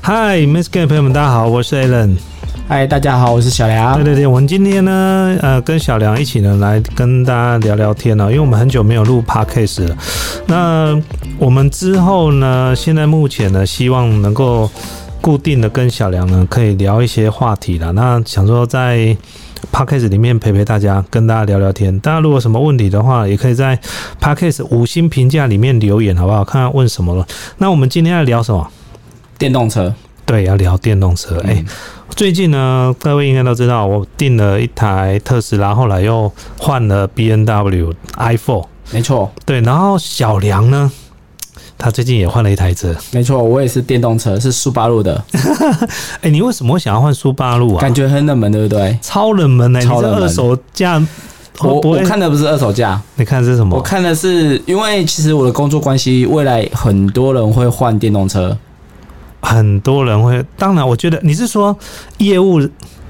嗨 m i s s g a m 朋友们，大家好，我是 Alan。嗨，大家好，我是小对梁。对对，我们今天呢，呃，跟小梁一起呢来跟大家聊聊天了、因为我们很久没有录 podcast 了。那我们之后呢，现在目前呢，希望能够固定的跟小梁呢可以聊一些话题了。那想说在 podcast 里面陪陪大家，跟大家聊聊天。大家如果有什么问题的话，也可以在 podcast 五星评价里面留言，好不好？看看问什么了。那我们今天要聊什么？电动车，对，要聊电动车。哎、嗯最近呢，各位应该都知道，我订了一台特斯拉，后来又换了 B N W i4。没错，对，然后小梁呢，他最近也换了一台车。没错，我也是电动车，是速八路的，哎、你为什么会想要换苏八路啊？感觉很冷门，对不对？超冷门呢、你这超冷门二手价，我会哦不我会看的不是二手价，你看是什么？我看的是因为其实我的工作关系，未来很多人会换电动车，很多人会，当然，我觉得你是说业务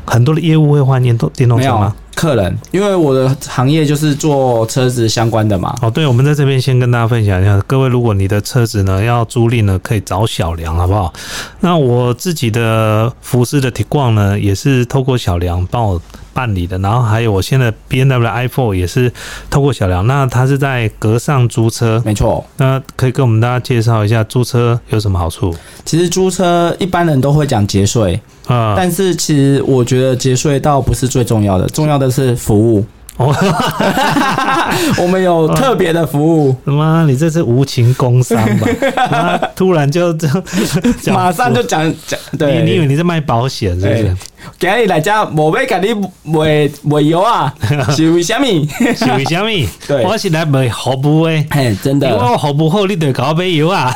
很多的业务会换电动电动没车有啊吗？客人，因为我的行业就是做车子相关的嘛。哦，对，我们在这边先跟大家分享一下，各位，如果你的车子呢要租赁呢，可以找小梁，好不好？那我自己的福斯的 t 逛呢，也是透过小梁帮我办理的，然后还有我现在 B N W i4 也是透过小梁，那他是在格上租车，没错，那可以跟我们大家介绍一下租车有什么好处？其实租车一般人都会讲节税，啊、但是其实我觉得节税倒不是最重要的，重要的是 服务。哦我们有嗯特别的服务，妈，你这是无情工伤吧？妈，突然就 这讲马上就讲讲，你对，你以为你在卖保险是不哎是？ 今日来遮无要甲你卖卖油 啊，是为虾米？是为什么？ 对我是来卖服务的。嘿，哎真因为的，我服务好，你得搞杯油啊！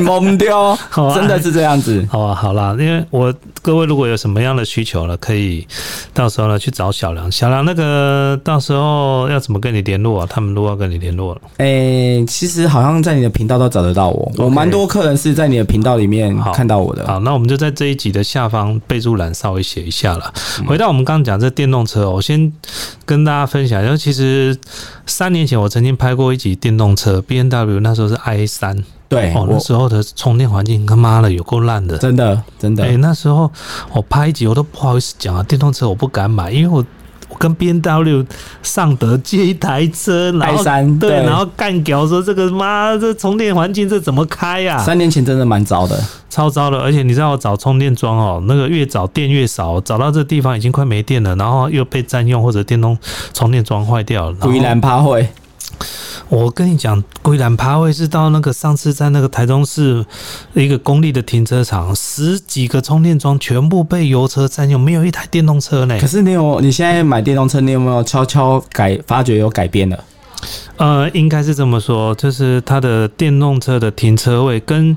摸唔 掉好啊，真的是这样子。好啊，好啦，因为我各位如果有什么样的需求了，可以到时候呢去找小梁。小梁那个到时候要怎么跟你联络啊？他们如果要跟你联络了，诶、哎其实好像在你的频道都找得到我，我蛮多客人是在你的频道里面好看到我的。好，那我们就在这一集的下方备注栏稍微写一下了。回到我们刚刚讲这电动车哦，我先跟大家分享一下，其实三年前我曾经拍过一集电动车 B N W，那时候是 i 三对，哦，那哎我时候的充电环境他妈的有够烂的，真的真的、哎、那时候我拍一集，我都不好意思讲啊，电动车我不敢买，因为我我跟 B N W 上德借一台车，然后 i3 对，对然后干屌说这个妈这充电环境这怎么开呀、三年前真的蛮糟的，超糟的！而且你知道我找充电桩哦，那个越找电越少，找到这地方已经快没电了，然后又被占用或者电动充电桩坏掉了。然后归兰趴会，我跟你讲，龟兰趴会是到那个上次在那个台中市一个公立的停车场，十几个充电桩全部被油车占用，没有一台电动车呢可。是你有你现在买电动车，你有没有悄悄改发觉有改变了？呃，应该是这么说，就是它的电动车的停车位跟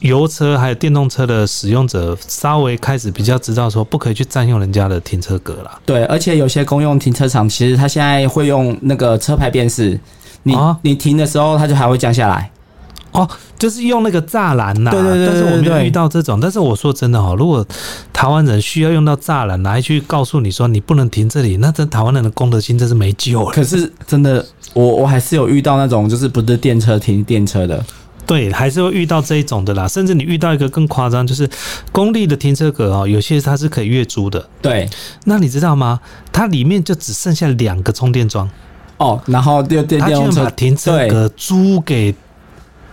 油车还有电动车的使用者稍微开始比较知道说不可以去占用人家的停车格啦。对，而且有些公用停车场其实它现在会用那个车牌辨识，你、啊你停的时候它就还会降下来。哦，就是用那个栅栏呐、对对对但是我没对有对遇到这种。但是我说真的哦，如果台湾人需要用到栅栏来去告诉你说你不能停这里，那这台湾人的公德心真是没救了。可是真的，我我还是有遇到那种就是不是电车停电车的，对，还是会遇到这一种的啦。甚至你遇到一个更夸张，就是公立的停车格哦，有些它是可以月租的。对，那你知道吗？它里面就只剩下两个充电桩，哦，然后电电它电居动然把车，停车格租给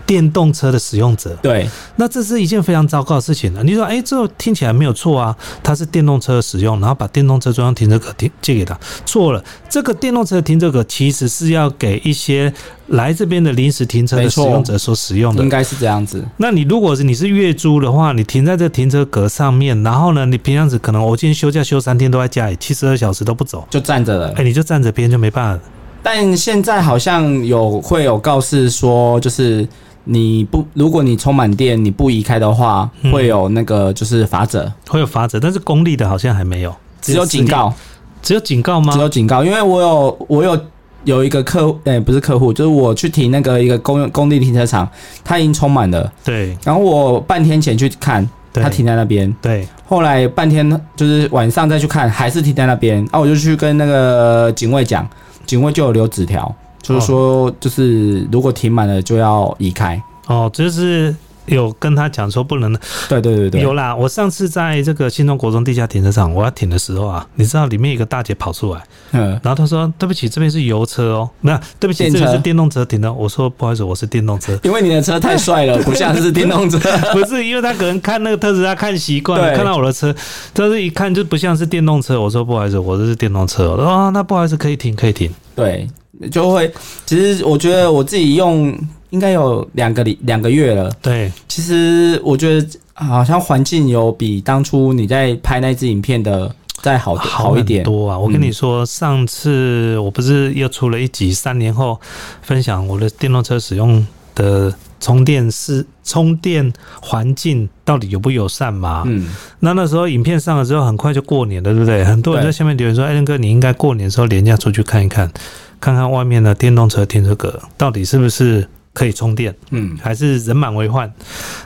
电动车的使用者。对那这是一件非常糟糕的事情了、你说，哎、这听起来没有错啊，它是电动车的使用，然后把电动车中央停车格停借给他，错了。这个电动车的停车格其实是要给一些来这边的临时停车的没使错用者所使用应的。该是这样子，那你如果是你是月租的话，你停在这停车格上面，然后呢，你平常时可能我今天休假休三天都在家里，七十二小时都不走，就站着了。哎、你就站着边就没办法。但现在好像有会有告示说，就是你不如果你充满电你不移开的话，嗯会有那个就是罚则，会有罚则，但是公立的好像还没有，只有私警立，告。只有警告吗？只有警告，因为我有我有有一个客户，哎、不是客户，就是我去停那个一个公用工地停车场，它已经充满了。对然后我半天前去看，对它停在那边。对，后来半天就是晚上再去看，还是停在那边。啊，我就去跟那个警卫讲，警卫就有留哦纸条，就是说，就是如果停满了就要移开。哦，就是有跟他讲说不能对对对对，有啦，我上次在这个新庄国中地下停车场，我要停的时候啊，你知道里面有一个大姐跑出来，嗯，然后她说：“对不起，这边是油车哦，那对不起，电这车个是电动车停的。”我说：“不好意思，我是电动 。车因为你的车太帅 了，不像是电动车。”不是，因为他可能看那个特斯拉看习惯了，对看到我的车，但是一看就不像是电动车。我说：“不好意思，我这是电动车哦。”哦，那不好意思，可以停，可以停。对，就会。其实我觉得我自己用应该有两个礼两个月了。对，其实我觉得好像环境有比当初你在拍那支影片的再好好一很点。嗯多啊！我跟你说，上次我不是又出了一集，三年后分享我的电动车使用的充电是充电环境到底友不友善嘛？嗯，那那时候影片上了之后，很快就过年了，对不对？很多人对在下面留言说：“哎，任哥，你应该过年的时候廉价出去看一看，看看外面的电动车停车格到底是不是可以充电。”嗯还是人满为患。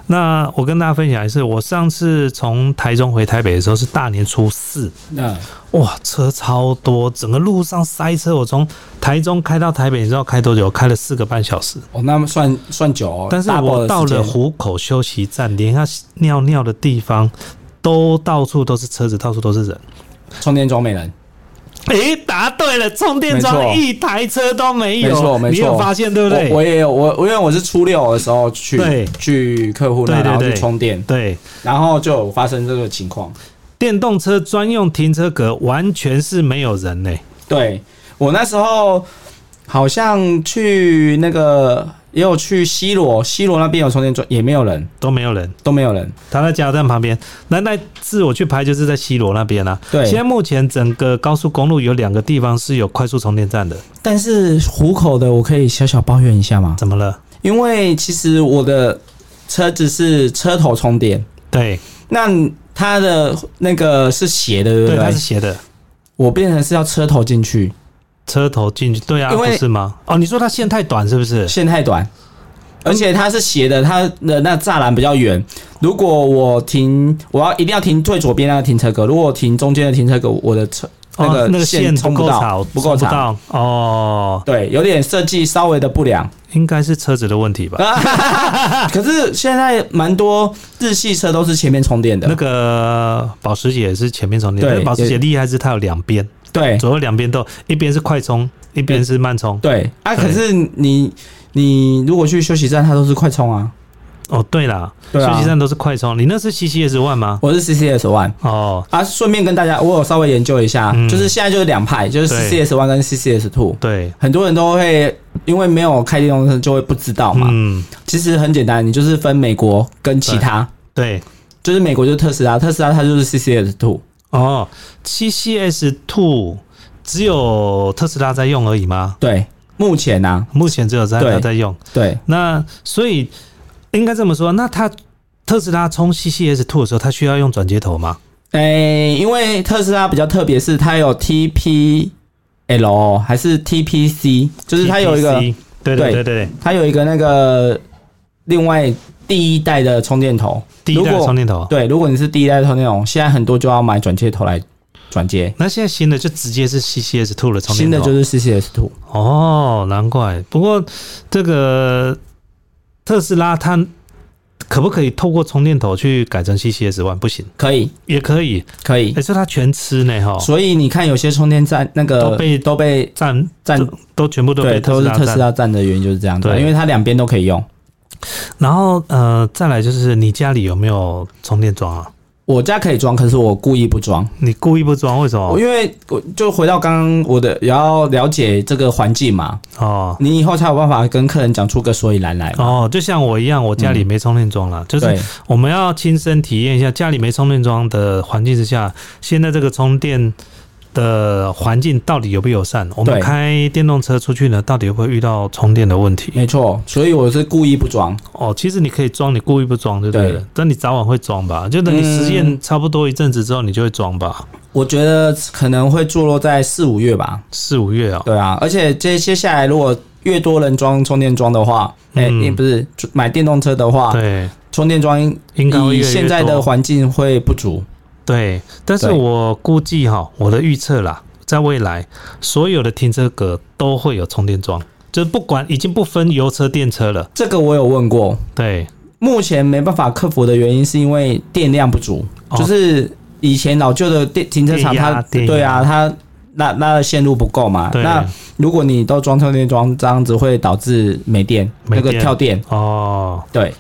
那我跟大家分享一次，我上次从台中回台北的时候是大年初四，那哇，车超多，整个路上塞车。我从台中开到台北，你知道开多久？开了四个半小时。哦，那么算算久哦。但是 double 我的到时间了湖口休息站，连要尿尿的地方都到处都是车子，到处都是人。充电桩没人，诶、答对了，充电没桩错一台车都没有，没错没错你有发现对不对？我我也有我，因为我是初六的时候对去去客户对那，对然后对去充电，对，然后就有发生这个情况。电动车专用停车格完全是没有人嘞、对我那时候好像去那个也有去西罗，西罗那边有充电桩，也没有人，都没有人。都没有人。他在加油站旁边，那那次我去拍就是在西罗那边啊。对现在目前整个高速公路有两个地方是有快速充电站的，但是虎口的我可以小小抱怨一下吗？怎么了？因为其实我的车子是车头充电，对那它的那个是斜的，对不对，它对是？斜的，我变成是要车头进去，车头进去，对啊，因不为是吗？哦，你说它线太短是不是？线太短，而且它是斜的，它的那栅栏比较远。如果我停，我要一定要停最左边那个停车格，如果我停中间的停车格，我的车那哦个，那个线线冲不够到长，不够冲长到哦，对，有点设计稍微的不良。应该是车子的问题吧？啊可是现在蛮多日系车都是前面充电那的，个个保时捷也是前面充电，对但是保时捷也厉害是它有两边，对左右两边都有，一边是快充，一边是慢充。对啊。对可是你你如果去休息站，它都是快充啊，哦，对啦，对啊休息站都是快充，你那是 CCS One 吗？我是 CCS One。哦，啊，顺便跟大家，我有稍微研究一下，嗯就是现在就是两派，就是对 CCS One 跟 CCS Two。对，很多人都会因为没有开电动车就会不知道嘛。嗯，其实很简单，你就是分美国跟其他，对，就是美国就是特斯拉，特斯拉它就是 CCS Two，哦，CCS Two 只有特斯拉在用而已吗？对，目前啊，目前只有在对它在用，对那所以应该这么说，那它特斯拉充 CCS Two 的时候，它需要用转接头吗？诶、因为特斯拉比较特别，是它有 TP。L 还是 TPC，就是它有一个 TPC 对对对对对，它有一个那个另外第一代的充电头。第一代如的果充电头。对，如果你是第一代的充电头，现在很多就要买转接头来转接，那现在新的就直接是 CCS Two 的充电新头，的就是 CCS Two。哦，难怪。不过这个特斯拉它可不可以透过充电头去改成 CCS One？不行，可以，也可以。可以可。是它全吃呢，哈，所以你看，有些充电站那个哦都被都被占占都都全部都对被特都斯是拉特斯占。拉站的原因就是这样子啊，对因为它两边都可以用。然后呃，再来就是你家里有没有充电桩啊？我家可以装，可是我故意不装，你故意不装，为什我么？因为我就回到刚刚我的，也要了解这个环境嘛，哦你以后才有办法跟客人讲出个所以然来嘛。哦，就像我一样，我家里没充电桩啦，就是嗯对我们要亲身体验一下家里没充电桩的环境之下，现在这个充电的环境到底友不友善？我们对开电动车出去呢，到底会不会遇到充电的问题？没错，所以我是故意不装。哦，其实你可以装，你故意不装就对了对。嗯但你早晚会装吧，就等你实验差不多一阵子之后，你就会装吧。我觉得可能会坐落在四五月吧。四五月哦，对啊，而且接接下来如果越多人装充电桩的话，哎、嗯也不是买电动车的话，对，充电桩应该会啊以越来越现在的多环境会不足。对，但是对我估计哈，我的预测啦，在未来所有的停车格都会有充电桩，就是不管已经不分油车电车了，这个我有问过，对。目前没办法克服的原因是因为电量不足，哦就是以前老旧的电停车场电压它电压对啊，它那那的线路不够嘛。对那如果你都装充电桩，这样子会导致没电，没那个电跳电。哦，对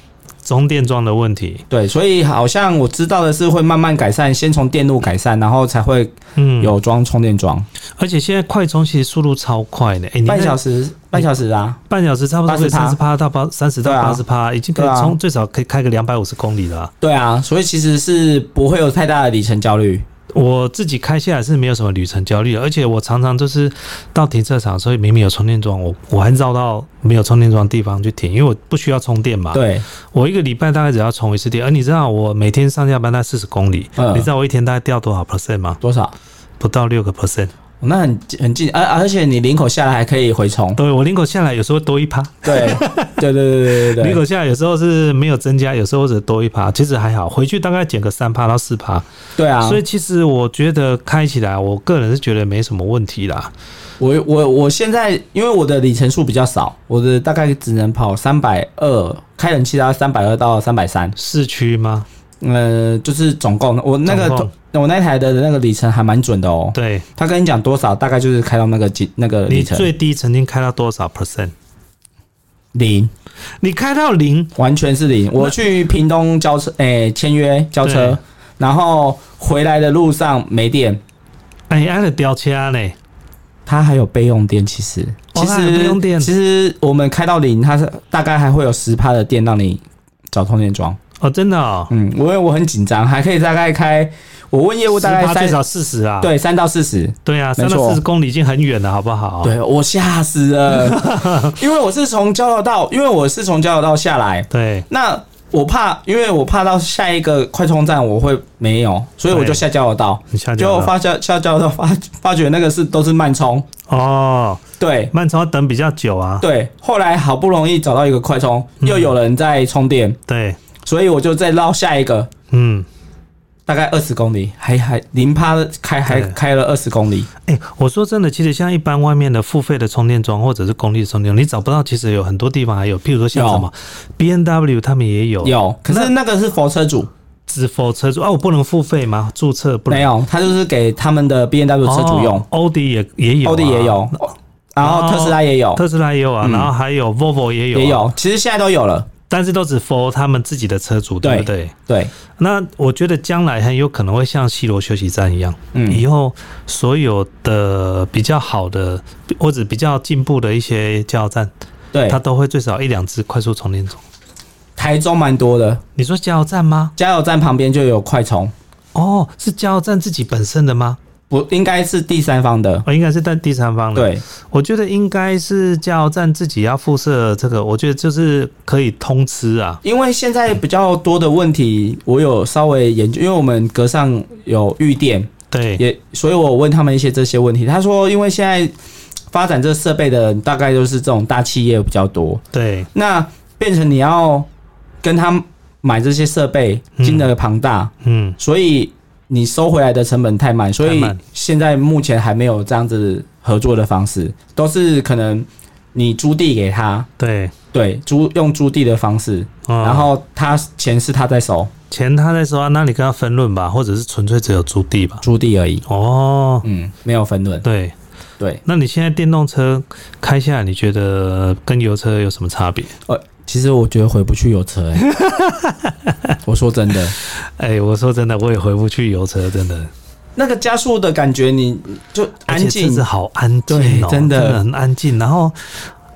中电桩的问题，对，所以好像我知道的是会慢慢改善，先从电路改善，然后才会嗯，有装充电桩。而且现在快充其实速度超快的，哎、你半小时时，半小时啊，半小时差不多可以三80%十趴到八三十到对啊八十趴，已经可以对啊充、最少可以开个两百五十公里了啊、对啊，所以其实是不会有太大的里程焦虑。我自己开下来是没有什么旅程焦虑的，而且我常常就是到停车场，所以明明有充电桩，我我还绕到没有充电桩的地方去停，因为我不需要充电嘛。，对，我一个礼拜大概只要充一次电，而你知道我每天上下班大概四十公里，嗯你知道我一天大概掉多少 percent 吗？多少？不到六个 percent。那很很近，而、而且你领口下来还可以回 充。对，我领口下来有时候多一趴，对对对对对对领对口下来有时候是没有增加，有时候只多一趴，其实还好，回去大概减个三趴到四趴，对啊！所所以以其实我觉得开起来，我个人是觉得没什么问题啦。我我我现在因为我的里程数比较少，我的大概只能跑三百二，开冷气大概三百二到三百三，市区吗？呃，就是总共我那个总共我那台的那个里程还蛮准的哦。对，他跟你讲多少，大概就是开到那个几那个你里程最低曾经开到多少 percent？零，你开到零，完全是零。我去屏东交车，诶、签约交车对，然后回来的路上没电，哎，按了标签呢？它还有备用电，其实哦其它还有实备用电其实我们开到零，它是大概还会有十趴的电让你找充电桩。哦，真的哦，嗯，因为我很紧张，还可以大概开，我问业务十大概趴最三少四十啊。对三到四十。对啊，没三错到四十公里已经很远了，好不好？，对我吓死了， 因为我是从交流道，因为我是从交流道下来，对，那我怕，因为我怕到下一个快充站我会没有，所以我就对下交流道，你下结果就发下下交流道发发觉那个是都是慢充，哦，对，慢充要等比较久啊。 对，后来好不容易找到一个快充，嗯又有人在充电，对，所以我就再绕下一个，嗯，大概二十公里，还还零趴开还对开了二十公里。哎、我说真的，其实像一般外面的付费的充电桩或者是公立的充电桩，你找不到，其实有很多地方还有，譬如说像有什么 B N W 他们也有，有，可是那个是佛车主，只否车主啊，我不能付费吗？注册不能没有，他就是给他们的 B N W 车主用哦，欧迪也也有、啊，哦奥迪也有，然后特斯拉也有，特斯拉也有啊，嗯然后还有 Volvo 也有、啊也，有，其实现在都有了。但是都只 for 他们自己的车主，对不对？对，那我觉得将来很有可能会像西罗休息站一样，嗯，以后所有的比较好的或者比较进步的一些加油站，对它，都会最少一两只快速充电桩。台中蛮多的，你说加油站吗？加油站旁边就有快充，哦，是加油站自己本身的吗？不应该是第三方的。哦，应该是在第三方的。对，我觉得应该是加油站自己要附设这个，我觉得就是可以通吃啊。因为现在比较多的问题，我有稍微研究，因为我们隔上有预电，对，也所以我问他们一些这些问题。他说，因为现在发展这设备的大概就是这种大企业比较多，对，那变成你要跟他买这些设备，嗯金额庞大，嗯，所以你收回来的成本太慢，所以太慢现在目前还没有这样子合作的方式，都是可能你租地给他，对。对，租用租地的方式。嗯然后他钱是他在收，钱他在收啊，那你跟他分论吧，或者是纯粹只有租地吧。租地而已，哦，嗯，没有分论。对，对，那你现在电动车开下来，你觉得跟油车有什么差别？呃，其实我觉得回不去有车、 欸，我说真的，哎、我说真的，我也回不去油车，真的。那个加速的感觉，你就而安且车静子，好安静对哦、真的很安静。然后，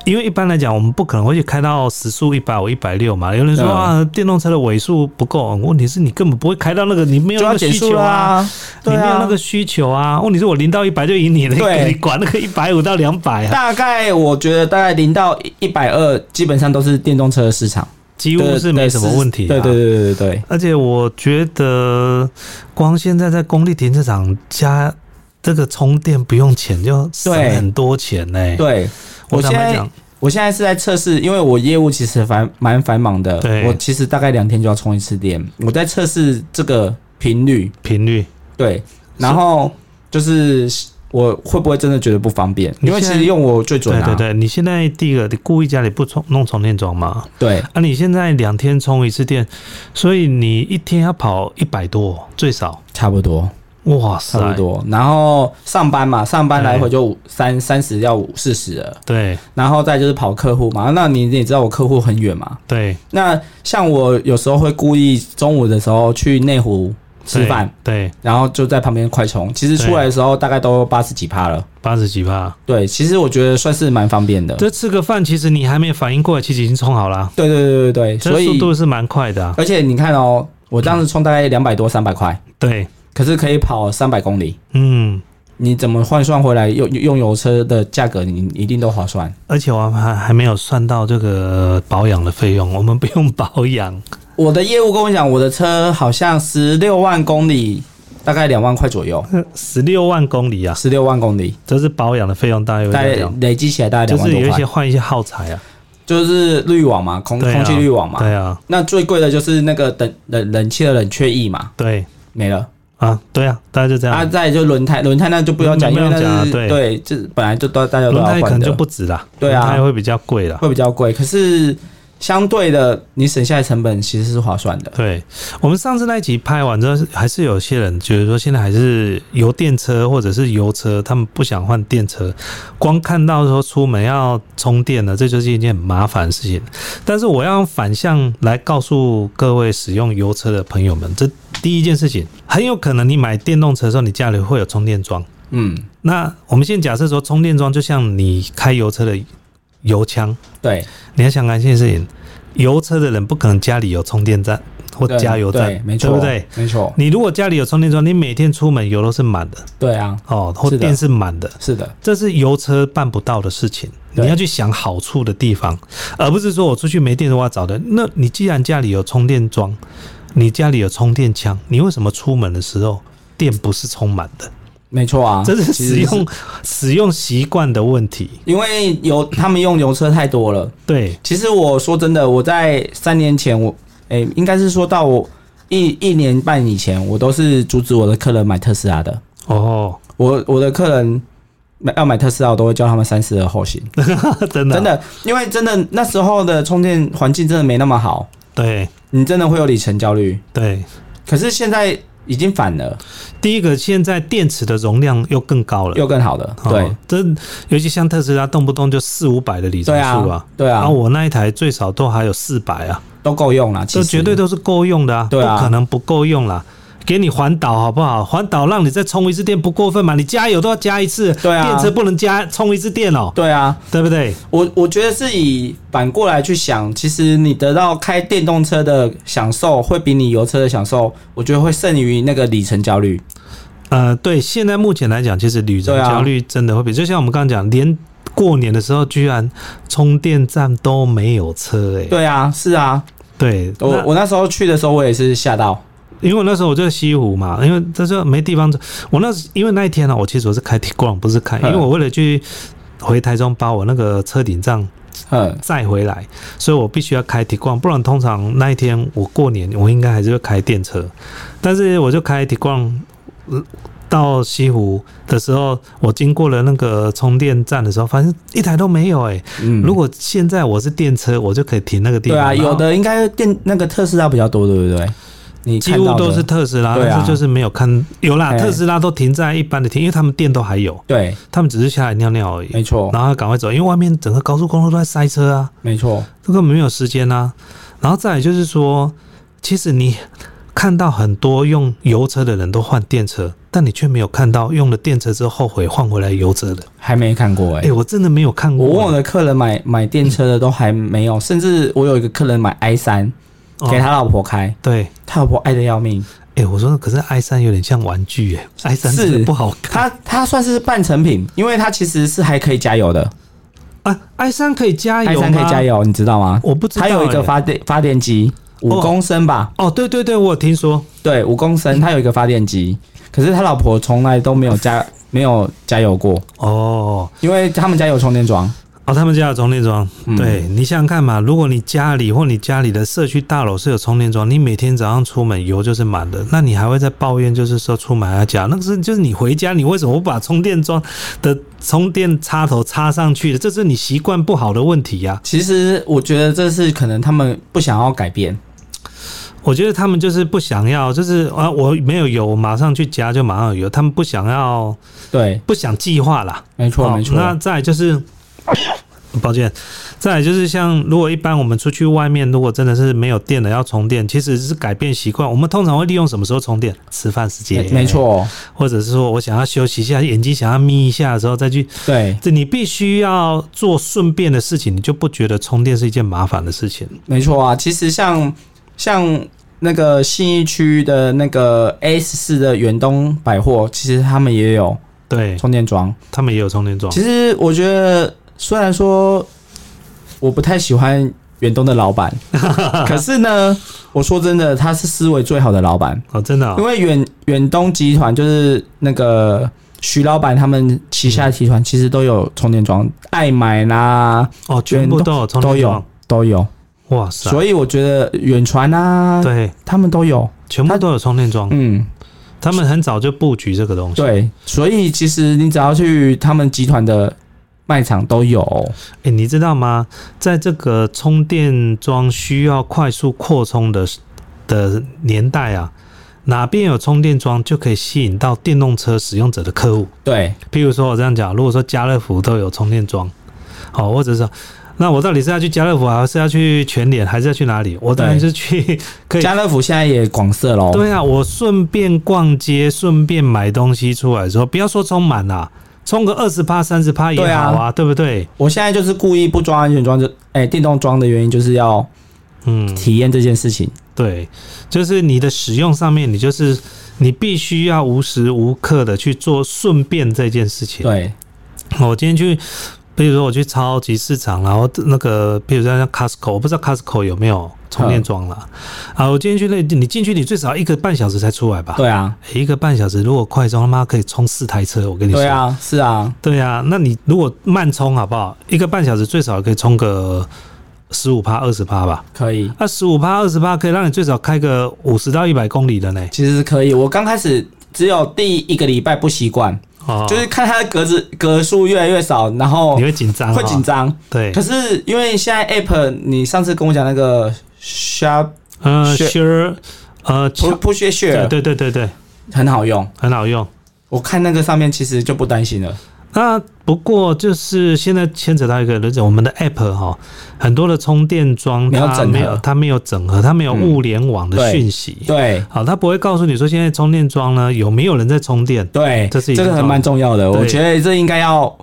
因为一般来讲，我们不可能会去开到时速一百五、一百六嘛。有人说、嗯啊，电动车的尾数不够，问题是你根本不会开到那个，你没有就那要个结需束求啊。啦、你对没有啊那，个需求啊！问题是我零到一百就赢你了，对你你管那个一百五到两百啊，大概我觉得大概零到一百二，基本上都是电动车的市场，几乎是没什么问题、啊。对对对对对对，而且我觉得，光现在在公立停车场加这个充电不用钱，就省对很多钱呢、对我我坦现白在讲，。我现在是在测试，因为我业务其实繁蛮繁忙的对，我其实大概两天就要充一次电，我在测试这个频率，频率对，然后就是我会不会真的觉得不方便？因为其实用我最准对啊，对对，你现在第一个，你故意家里不充弄充电桩嘛？对啊，你现在两天充一次电，所以你一天要跑一百多最少。差不多哇塞，差不多。然后上班嘛，上班来回就五三三十要五四十了，对然后再就是跑客户嘛。那你你也知道我客户很远嘛，对，那像我有时候会故意中午的时候去内湖吃对饭，对然后就在旁边快充，其实出来的时候大概都八十几趴了。八十几趴。对，其实我觉得算是蛮方便的。对这吃个饭，其实你还没反应过来，其实已经充好了，对对对对，这所速以度是蛮快的、啊。而且你看哦，我当时充大概两百多三百块，对，可是可以跑三百公里，嗯，你怎么换算回来用用油车的价格，你一定都划算。而且我还还没有算到这个保养的费用，我们不用保养。 我的业务跟我讲，我的车好像十六万公里，大概两万块左右，十六万公里啊，十六万公里，这是保养的费用，大约会大概这样，累积起来大概就两万是有多一些块。换一些耗材啊，就是滤网嘛，空对啊空气滤网嘛。对啊，那最贵的就是那个冷冷冷气的冷却液嘛，对没了。啊，对啊，大家就这啊，样。再来就轮胎，轮胎那就不要讲，嗯因为不用讲那啊是对对，这本来就都大家都轮要胎可换能的就，不值啦，对啊轮胎会比较贵啦。会比较贵。可是相对的，你省下来成本其实是划算的。对我们上次那一集拍完之后，还是有些人觉得说，现在还是油电车或者是油车，他们不想换电车，光看到说出门要充电的，这就是一件很麻烦的事情。但是我要反向来告诉各位使用油车的朋友们，这第一件事情，很有可能你买电动车的时候，你家里会有充电桩。嗯，那我们先假设说，充电桩就像你开油车的油枪，对，你要想干一件事情，油车的人不可能家里有充电站或对加油对站，没错，对不对？？没错，你如果家里有充电桩，你每天出门油都是满的对啊，哦，或是的电是满的，是的，这是油车办不到的事情。对你要去想好处的地方，而不是说我出去没电的话找的。那你既然家里有充电桩，你家里有充电枪，你为什么出门的时候电不是充满的？没错啊，这是其实使用使用习惯的问题。因为油他们用油车太多了。对其实我说真的，我在三年前，我诶、应该是说到我一一年半以前，我都是阻止我的客人买特斯拉的。哦， 我我的客人买要买特斯拉，我都会教他们三思而后行。真的啊真的，因为真的那时候的充电环境真的没那么好，对你真的会有里程焦虑。对，可是现在已经反了，第一个，现在电池的容量又更高了。又更好了。对、哦，这尤其像特斯拉，动不动就四五百的里程对数啊啊。，对然啊后，我那一台最少都还有四百啊，都够用了，其这实绝对都是够用的啊，对啊不可能不够用啦。给你环岛好不好？环岛让你再充一次电不过分嘛？你加油都要加一次，对啊电池不能加充一次电哦，对啊。对不对？我我觉得是以反过来去想，其实你得到开电动车的享受，会比你油车的享受，我觉得会胜于那个里程焦虑。呃，对，现在目前来讲，其实旅程对啊焦虑真的会比，就像我们刚刚讲，连过年的时候居然充电站都没有车、欸，哎，对啊，是啊，对，我那我那时候去的时候，我也是吓到。因为我那时候我就在西湖嘛，因为这时候没地方走。我那时因为那一天呢、啊我其实我是开 T 逛，不是开，因嗯为我为了去回台中把我那个车顶帐嗯，载回来，所以我必须要开 T 逛，不然通常那一天我过年我应该还是会开电车，但是我就开 T 逛。呃到西湖的时候，我经过了那个充电站的时候，反正一台都没有哎、嗯如果现在我是电车，我就可以停那个地对方。啊，然后有的应该电那个特斯拉比较多，对不对？你几看乎到的都是特斯拉，对啊但是就是没有看有啦，哎特斯拉都停在一般的停，因为他们店都还有，对，他们只是下来尿尿而已，没错，然后赶快走，因为外面整个高速公路都在塞车啊，没错，这根本没有时间啊。然后再来就是说，其实你看到很多用油车的人都换电车，但你却没有看到用了电车之后后悔换回来油车的。还没看过哎、哎、我真的没有看我问我过、的客人买买电车的都还没有，甚至我有一个客人买 i 三哦给他老婆开，对，他老婆爱的要命，哎、我说可是 i 三有点像玩具、欸，哎，i 三是真的不好看他他算是半成品，因为他其实是还可以加油的啊。i 三可以加，i 油吗？三可以加，油，你知道吗？我不知道、它有一个欸发电发电机，哦五公升吧，哦，对对对，我有听说，对，五公升，它有一个发电机，可是他老婆从来都没有加没有加油过，哦，因为他们家有充电桩，哦，他们家有充电桩。嗯对你想想看嘛，如果你家里或你家里的社区大楼是有充电桩，你每天早上出门油就是满的，那你还会在抱怨，就是说出门还要加？那个是就是你回家，你为什么不把充电桩的充电插头插上去的？这是你习惯不好的问题呀、其实我觉得这是可能他们不想要改变，我觉得他们就是不想要，就是啊，我没有油，我马上去加就马上有油，他们不想要，对，不想计划啦。没好错没错，那再来就是。 抱歉，再来就是像如果一般我们出去外面，如果真的是没有电了要充电，其实是改变习惯。我们通常会利用什么时候充电？吃饭时间，没没，错，或者是说我想要休息一下，眼睛想要眯一下的时候再去。对，这你必须要做顺便的事情，你就不觉得充电是一件麻烦的事情。没错啊。其实像像那个信义区的那个 S 四的远东百货，其实他们也有对充电桩。他们也有充电桩，其实我觉得，虽然说我不太喜欢远东的老 板，可是呢，我说真的，他是思维最好的老板，哦，真的、哦，因为远远东集团就是那个。徐老板他们旗下的集团其实都有充电桩，爱买啦哦，全部都有充都电有桩，都有，哇塞，所以我觉得远传啊，啊对，他们都有，全部都有充电桩，嗯，他们很早就布局这个东西。对，所以其实你只要去他们集团的卖场都有，哎、你知道吗？在这个充电桩需要快速扩充的的年代啊，哪边有充电桩就可以吸引到电动车使用者的客户。对，譬如说，我这样讲，如果说家乐福都有充电桩，好，或者是那我到底是要去家乐福，还是要去全联，还是要去哪里？我当然对是哦去可以。家乐福现在也广设喽，对啊，我顺便逛街，顺便买东西出来的时候，不要说充满啦、充个二十趴、三十趴也对好啊啊，对不对？我现在就是故意不装安全装，就哎、电动装的原因就是要嗯，体验这件事情。对，就是你的使用上面，你就是你必须要无时无刻的去做顺便这件事情。对，我今天去，比如说我去超级市场，然后那个，比如说像 Costco，我不知道 Costco 有没有充电桩啦。啊，我今天去那，你进去你最少一个半小时才出来吧？对啊，一个半小时，如果快充，他妈可以充四台车，我跟你说。对啊，是啊，对啊，那你如果慢充好不好？一个半小时最少可以充个十五趴、二十趴吧。可以，那十五趴、二十趴可以让你最少开个五十到一百公里的呢。其实是可以。我刚开始只有第一个礼拜不习惯，哦，就是看它的格子格数越来越少，然后你会紧张、哦，会紧。张。对可，是因为现在 App，你上次跟我讲那个 Sharp 呃是，sure，呃， Push Push 对 Share 对对对对，很好用，很好用。我看那个上面其实就不担心了。那不过就是现在牵扯到一个人，我们的 App 哈，很多的充电桩没有它整合嗯没有它没有整合，它没有物联网的对讯息。对好，它不会告诉你说现在充电桩呢有没有人在充电。对，这是一这个个很蛮重要的，对我觉得这应该要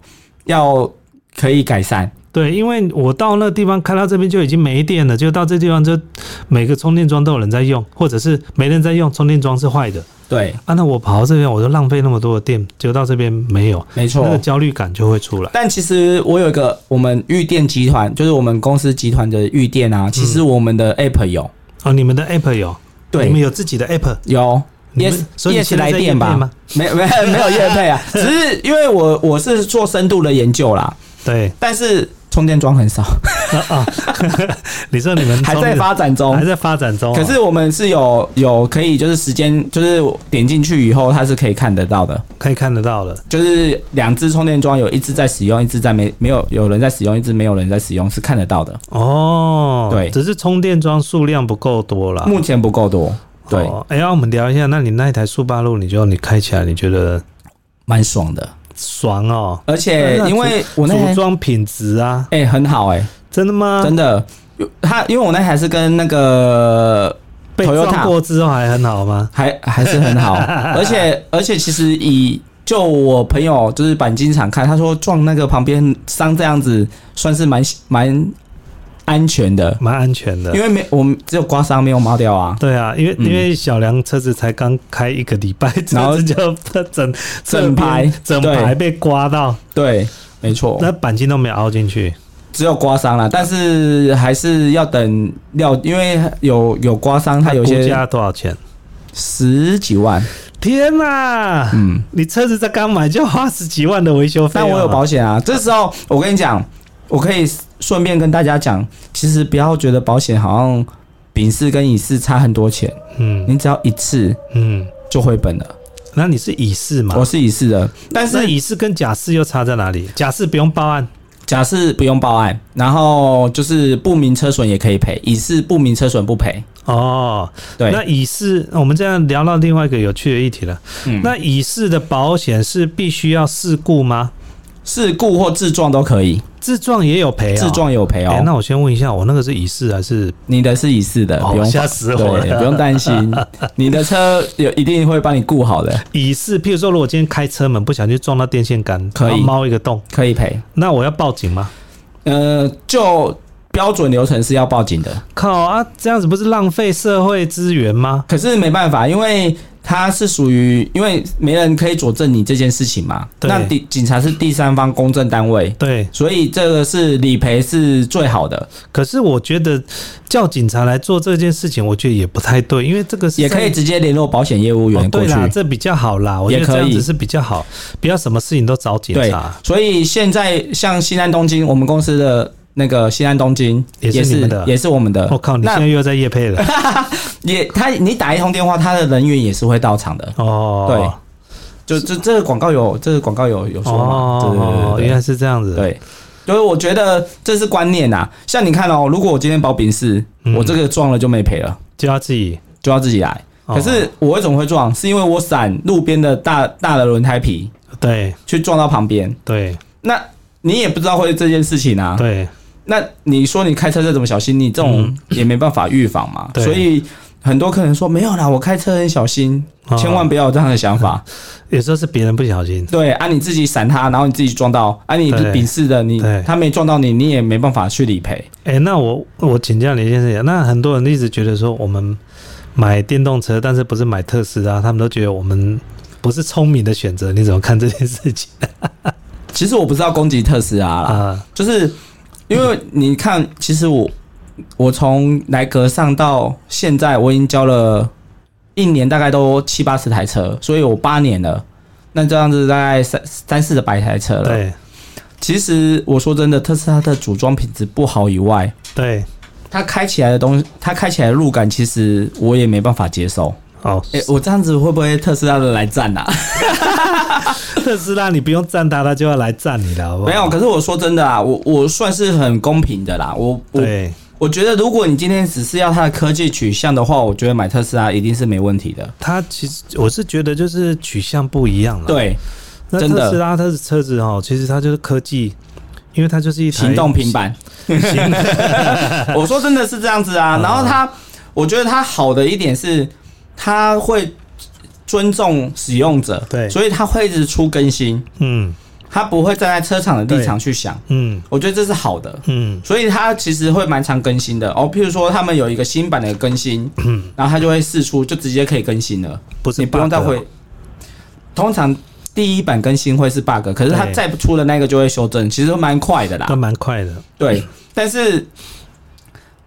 要可以改善。对，因为我到那地方开到这边就已经没电了，就到这地方就每个充电桩都有人在用，或者是没人在用，充电桩是坏的对，啊。那我跑到这边，我就浪费那么多的电，就到这边没有，没错。那个焦虑感就会出来。但其实我有一个我们玉电集团，就是我们公司集团的玉电啊，其嗯实我们的 app 有，哦，你们的 app 有，你们对，有自己的 app，有。你们 yes 所以你 yes 现在来在电业配吧吗，没没没 有业配啊，只是因为我我是做深度的研究啦， 对但是充电桩很少，啊啊， 你说你们还充在电发展中还。在发展中哦，可是我们是有有可以就是时间就是点进去以后它是可以看得到的，可以看得到了。就是两只充电桩有一只在使用，一只在没没有有人在使用，一只没有人在使用是看得到的，哦，对只是充电桩数量不够多啦。目前不够多，对，哦哎、呀，我们聊一下，那你那一台速八路，你就你开起来，你觉得蛮爽的。爽哦？而且那那因为我那组台装品质啊，哎、很好哎、真的吗？真的，他因为我那台是跟那个被 Toyota 撞过之后还很好吗？还还是 很好，而且而且其实以就我朋友就是钣金厂看，他说撞那个旁边伤这样子算是蛮蛮安全的，蛮安全的因。为没我们只有刮伤没有猫掉啊，对啊，因为、嗯因为小梁车子才刚开一个礼拜，然车后子就整 整排整对哦排被刮到，对，没错，那钣金都没有凹进去。只有刮伤了，但是还是要等料，因为有有刮伤，它有估些价多少钱？十几万，天哪、嗯。你车子在刚买就花十几万的维修费、啊但我有保啊险，险啊。这时候我跟你讲，我可以顺便跟大家讲，其实不要觉得保险好像丙式跟乙式差很多钱，嗯你只要一次嗯，就回本了。那你是乙式嘛我？是乙式的，但那是乙式跟甲式又差在哪里？甲式不用报案，假释不用报案，然后就是不明车损也可以赔，乙式不明车损不赔。哦，对，那乙式，我们这样聊到另外一个有趣的议题了。嗯那乙式的保险是必须要事故吗？事故或自撞都可以，自撞也有赔啊、自撞有赔哎、哦。那我先问一下，我那个是乙式还是？你的是乙式的，哦不用吓死我对，不了！用 担心，你的车有一定会帮你顾好的，乙式，譬如说，如果今天开车门不小心撞到电线杆，可以然后猫一个洞，可以赔。那我要报警吗？呃，就标准流程是要报警的，靠啊，这样子不是浪费社会资源吗？可是没办法，因为它是属于，因为没人可以佐证你这件事情嘛。对那第警察是第三方公证单位，对，所以这个是理赔是最好的，可是我觉得叫警察来做这件事情，我觉得也不太对，因为这个是也可以直接联络保险业务在。员哦，过对去。啦，这比较好啦，我觉得也可这以样子是比较好，不要什么事情都找警对察。，所以现在像西安东京，我们公司的那个西安东京也是也你是们的也是我们的。我、哦靠，你那现在又在夜配 了也他你打一通电话，他的人员也是会到场的。哦，就这这个广告有这个广告有有说嘛？对哦，对对原对来是这样子。对，对，就是我觉得这是观念呐、像你看哦，如果我今天保丙是，嗯我这个撞了就没赔了，就要自己。就要自己来。哦可是我为什么会撞？是因为我闪路边的大大的轮胎皮对去撞到旁边，对那你也不知道会这件事情啊。对，嗯那你说你开车再怎么小心，你这种也没办法预防嘛。对所以很多客人说没有啦，我开车很小心，哦千万不要有这样的 想法。有时候是别人不小心。对啊，你自己闪他，然后你自己撞到啊，你对鄙视的你对，他没撞到你，你也没办法去理赔。哎、那我我请教你一件事情，那很多人一直觉得说我们买电动车，但是不是买特斯拉，他们都觉得我们不是聪明的选择，你怎么看这件事情其实我不是要攻击特斯拉啦，啊？就是因为你看，其实我我从莱格上到现在，我已经交了一年，大概都七八十台车，所以我八年了。那这样子大概三三四百台车了。对其实我说真的，特斯拉的组装品质不好以外，对，它开起来的东西，它开起来的路感，其实我也没办法接受。哦，诶、我这样子会不会特斯拉的来赞啊？特斯拉你不用赞他，他就要来赞你了，好不好？没有，，可是我说真的啊，我我算是很公平的啦。我我对，我觉得，如果你今天只是要它的科技取向的话，我觉得买特斯拉一定是没问题的。他其实我是觉得就是取向不一样了。，对，那真的特斯拉它的车子哦，其实它就是科技，因为它就是一台行动平板， 行我说真的是这样子啊。嗯然后它，我觉得它好的一点是，它会尊重使用者，对所以它会一直出更新，嗯它不会站在车厂的立场去想，嗯我觉得这是好的。嗯，所以它其实会蛮常更新的哦，譬如说他们有一个新版的更新，然后它就会试出，就直接可以更新了。不是你不用 bug 再回。通常第一版更新会是 bug，可是它对嗯再不出的那个就会修正，其实蛮快的都啦。蛮快的。对，但是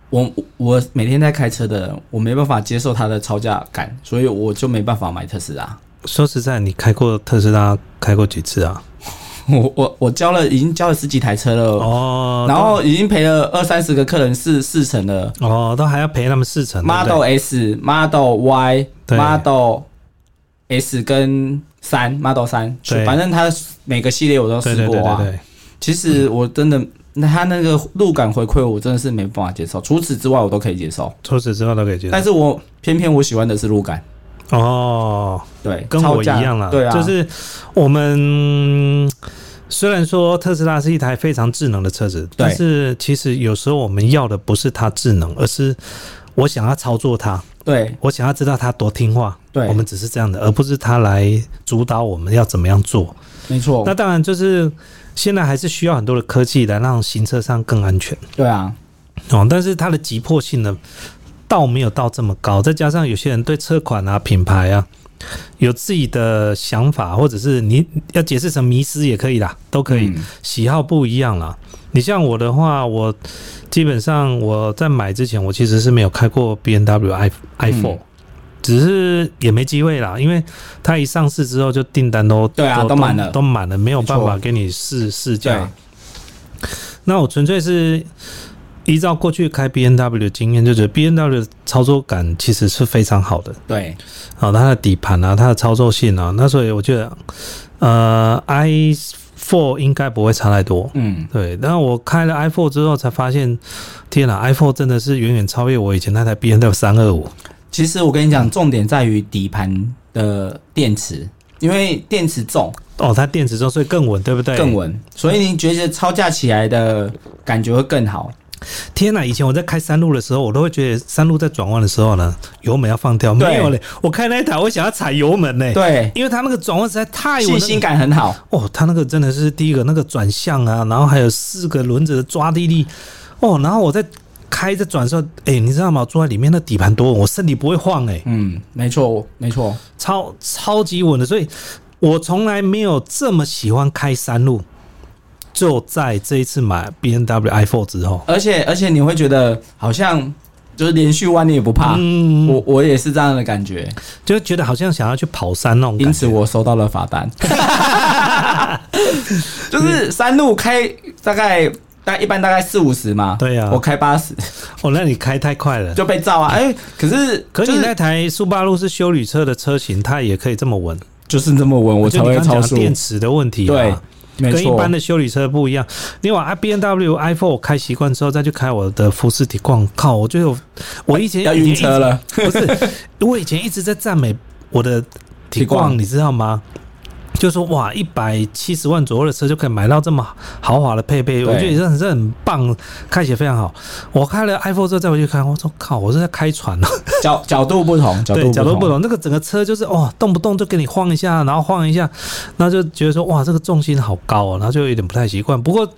我我每天在开车的人，我没办法接受它的超价感，所以我就没办法买特斯拉。 说实在，你开过特斯拉开过几次啊？我我我交了已经交了十几台车了，哦，然后已经赔了二三十个客人四四成了。都哦都还要赔他们四成。对不 Model 嗯对 S、Model Y、对 Model S 跟三 Model 三，对反正它每个系列我都对试对对过啊。对对，其实我真的，那它那个路感回馈我真的是没办法接受，除此之外我都可以接受，除此之外都可以接但受。是我偏偏我喜欢的是路感，哦，对，跟我超一价样啦，对啊，就是我们虽然说特斯拉是一台非常智能的车子，但是其实有时候我们要的不是它智能，而是我想要操作它，对我想要知道它多听话。对，我们只是这样的，而不是它来主导我们要怎么样做。没错那，当然就是现在还是需要很多的科技来让行车上更安全对啊，哦，但是它的急迫性呢，倒没有到这么高，再加上有些人对车款啊、品牌啊有自己的想法，或者是你要解释成迷失也可以啦，都可以，嗯喜好不一样啦。你像我的话，我基本上我在买之前，我其实是没有开过 B N W i i p h o n e 嗯只是也没机会啦，因为它一上市之后就订单都对啊都满了都满了，没有办没法错给你试试对驾。那我纯粹是依照过去开 B N W 的经验，就觉得 B N W 的操作感其实是非常好的，对，好、它的底盘啊，它的操作性啊，那所以我觉得，呃，i four 应该不会差太多。嗯，对，但我开了 i four 之后才发现，天哪，i four 真的是远远超越我以前那台 B N W 三二五。其实我跟你讲，重点在于底盘的电池，因为电池重哦，它电池之后所以更稳，对不对？更。稳，所以你觉得超价起来的感觉会更好。天啊哪！以前我在开山路的时候，我都会觉得山路在转弯的时候呢，油门要放掉。对没有嘞，我开那一台，我想要踩油门嘞。，对，因为它那个转弯实在太稳信了心感很好。哦，它那个真的是第一个那个转向啊，然后还有四个轮子的抓地力哦，然后我在开着转的时候，哎、你知道吗？我坐在里面那底盘多稳，我身体不会晃、哎，嗯，没错，没错。超超级稳的，所以我从来没有这么喜欢开山路。就在这一次买 B N W i four 之后，而且而且你会觉得好像就是连续弯你也不怕，嗯，我我也是这样的感觉，就觉得好像想要去跑山那种因感此觉。我收到了 罚单，就是山路开大概大概一般大概四五十嘛，对啊我开 八十哦，那你开太快了。就被照啊，哎、可是可就是你那是台速八路是修旅车的车型，它也可以这么稳。就是这么稳，我才就你会刚讲超的速，电池的问题、啊，对，没跟一错般，的修理车不一样。你往 B N W i four 我开习惯之后，再去开我的福斯体逛，靠，我觉得我我以前哎要晕车，了，以前一直 不是，我以前一直在赞美我的体体逛逛，你知道吗？就说哇，一百七十万左右的车就可以买到这么豪华的配备，对我觉得这很这很棒，开起来非常好。我开了 i4 之后再回去看，我说靠，我是在开船啊！角角度不同，角对，度角度不同，同，那个整个车就是哦，动不动就给你晃一下，然后晃一下，然后就觉得说哇，这个重心好高哦，然后就有点不太习惯。不过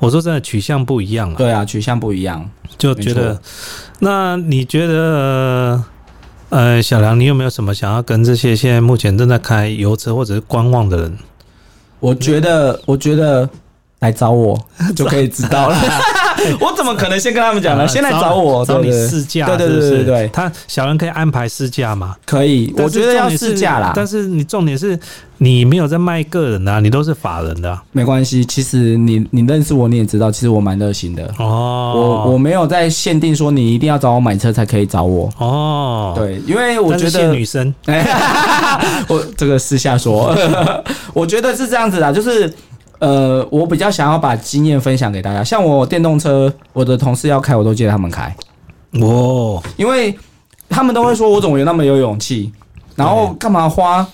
我说真的，取向不一样啊，对啊，取向不一样。就觉得。那你觉得呃，小梁，你有没有什么想要跟这些现在目前正在开油车或者是观望的人？我觉得，我觉得来找 我就可以知道了。 我怎么可能先跟他们讲呢？啊先来找我，找你对不对试驾，对对是不是对对对他小梁可以安排试驾嘛？可以，我但是觉得要重点是试驾啦，但是你重点是你没有在卖个人的、啊，你都是法人的啊、没关系。其实你你认识我，你也知道，其实我蛮热心的。哦。我我没有在限定说你一定要找我买车才可以找我，哦，，对，因为我觉得女生哎， 我这个私下说， 我觉得是这样子的，就是呃，我比较想要把经验分享给大家。像我电动车，我的同事要开，我都借他们开，哦，因为他们都会说我怎么有那么有勇气，然后干嘛花？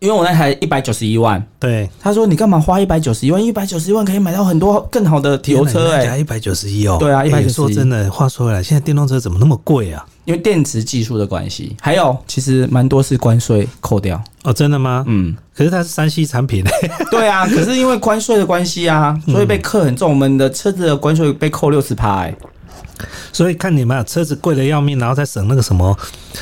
因为我那台一百九十一万，对，他说你干嘛花一百九十一万？一百九十一万可以买到很多更好的油车哎、一百九十一哦，对啊哎191说真的，话说回来，现在电动车怎么那么贵啊？因为电池技术的关系，还有其实蛮多是关税扣掉，哦，真的吗？嗯。可是它是山西产品， 对啊，可是因为关税的关系啊，所以被扣很重。我们的车子的关税被扣六十趴，欸所以看你们啊车子贵的要命，然后再省那个什么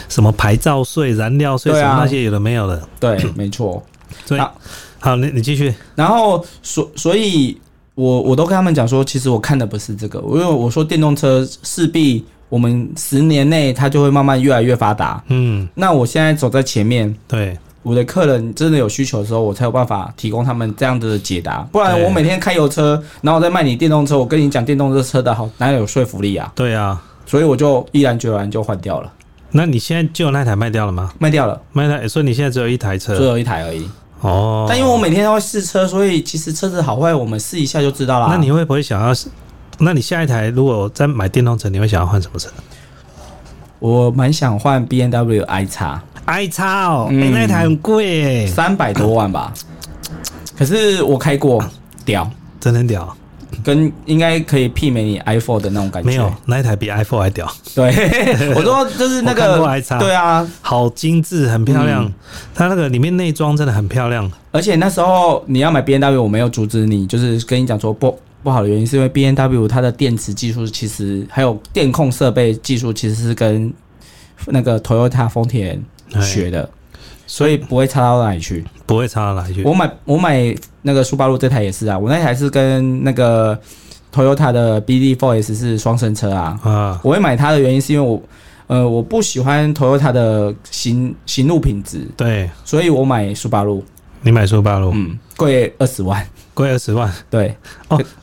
什么牌照税、燃料税什对啊么那些有的没有的，对，没错。所以好好，你你继续，然后所所以我我都跟他们讲说，其实我看的不是这个，因为我说电动车势必我们十年内它就会慢慢越来越发达。嗯，那我现在走在前面，对，我的客人真的有需求的时候，我才有办法提供他们这样子的解答。不然对我每天开油车，然后我再卖你电动车，我跟你讲电动车车的好，哪有说服力啊？对啊。所以我就毅然决然就换掉了，那你现在就那台卖掉了吗？卖掉了，卖掉，所以你现在只有一台只车有一台而已。哦。但因为我每天都会试车，所以其实车子好坏我啊们试一下就知道啦。那你会不会想要？那你下一台如果再买电动车，你会想要换什么车？我蛮想换 B N W i 哎叉 i 叉哦，嗯欸那一台很贵耶，三百多万吧，可是我开过，屌，真的很屌。跟应该可以媲美你 i p h o n e 的那种感觉。没有，那一台比 i4 还屌，对， 我说就是那我看个过 iX 对啊，好精致，很漂亮。嗯它那个里面内装真的很漂亮。而且那时候你要买 B N W，我没有阻止你，就是跟你讲说不。不好的原因是因为 B N W 它的电池技术其实还有电控设备技术其实是跟那个 Toyota 丰田哎学的，所以不会差到哪里去。不会差到哪里去。我买我买那个苏巴路这台也是啊，我那台是跟那个 Toyota 的 BD4S 是双生车啊。啊，我会买它的原因是因为我呃我不喜欢 Toyota 的行行路品质，对所以我买苏巴路，你买速八路，嗯，贵二十万，贵二十万对，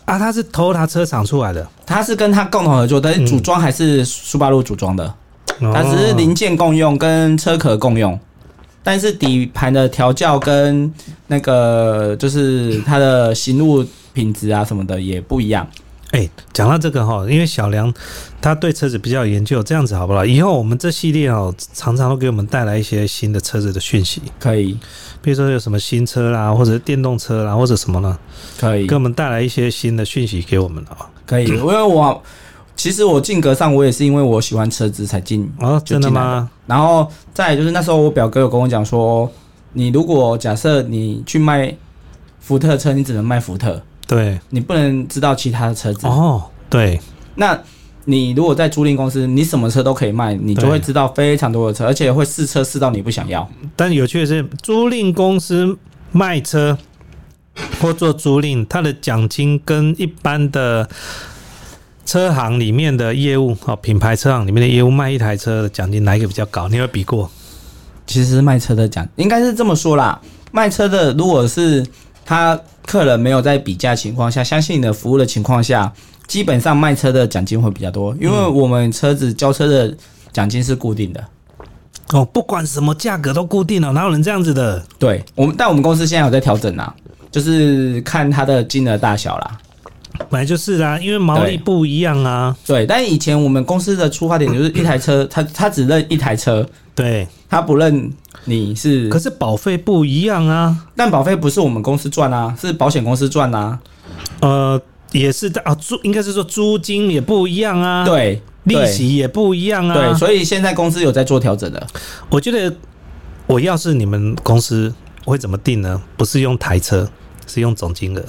啊！它是 Toyota 车厂出来的，它是跟它共同合作，但是嗯组装还是苏巴路组装的，它它只是零件共用跟车壳共用，但是底盘的调教跟那个就是它的行路品质啊什么的也不一样。哎、讲到这个哈，因为小梁他对车子比较有研究，这样子好不好？以后我们这系列哦，常常都给我们带来一些新的车子的讯息，可以，比如说有什么新车啦，或者电动车啦，或者什么呢，可以给，我们带来一些新的讯息给我们啊。可以，因为我其实我进格上我也是因为我喜欢车子才进，哦，真的吗？然后再来就是那时候我表哥有跟我讲说，你如果假设你去卖福特车，你只能卖福特，对，你不能知道其他的车子。哦，对，那你如果在租赁公司，你什么车都可以卖，你就对会知道非常多的车，而且会试车试到你不想要。但有趣的是，租赁公司卖车或做租赁，它的奖金跟一般的车行里面的业务哦，品牌车行里面的业务卖一台车的奖金哪一个比较高？你有比过？其实卖车的讲，应该是这么说啦，卖车的如果是他客人没有在比价的情况下，相信你的服务的情况下，基本上卖车的奖金会比较多，因为我们车子交车的奖金是固定的。哦，不管什么价格都固定了，哦哪有人这样子的？对我们，但我们公司现在有在调整啦，就是看它的金额大小啦。本来就是啊，因为毛利对不一样啊。对，但以前我们公司的出发点就是一台车， 他他只认一台车，对，他不认你是可，是保费不一样啊。但保费不是我们公司赚啊，是保险公司赚啊。呃，也是的啊，租应该是说租金也不一样啊，，对，利对息也不一样啊。对，所以现在公司有在做调整的。我觉得我要是你们公司我会怎么定呢？不是用台车，是用总金额。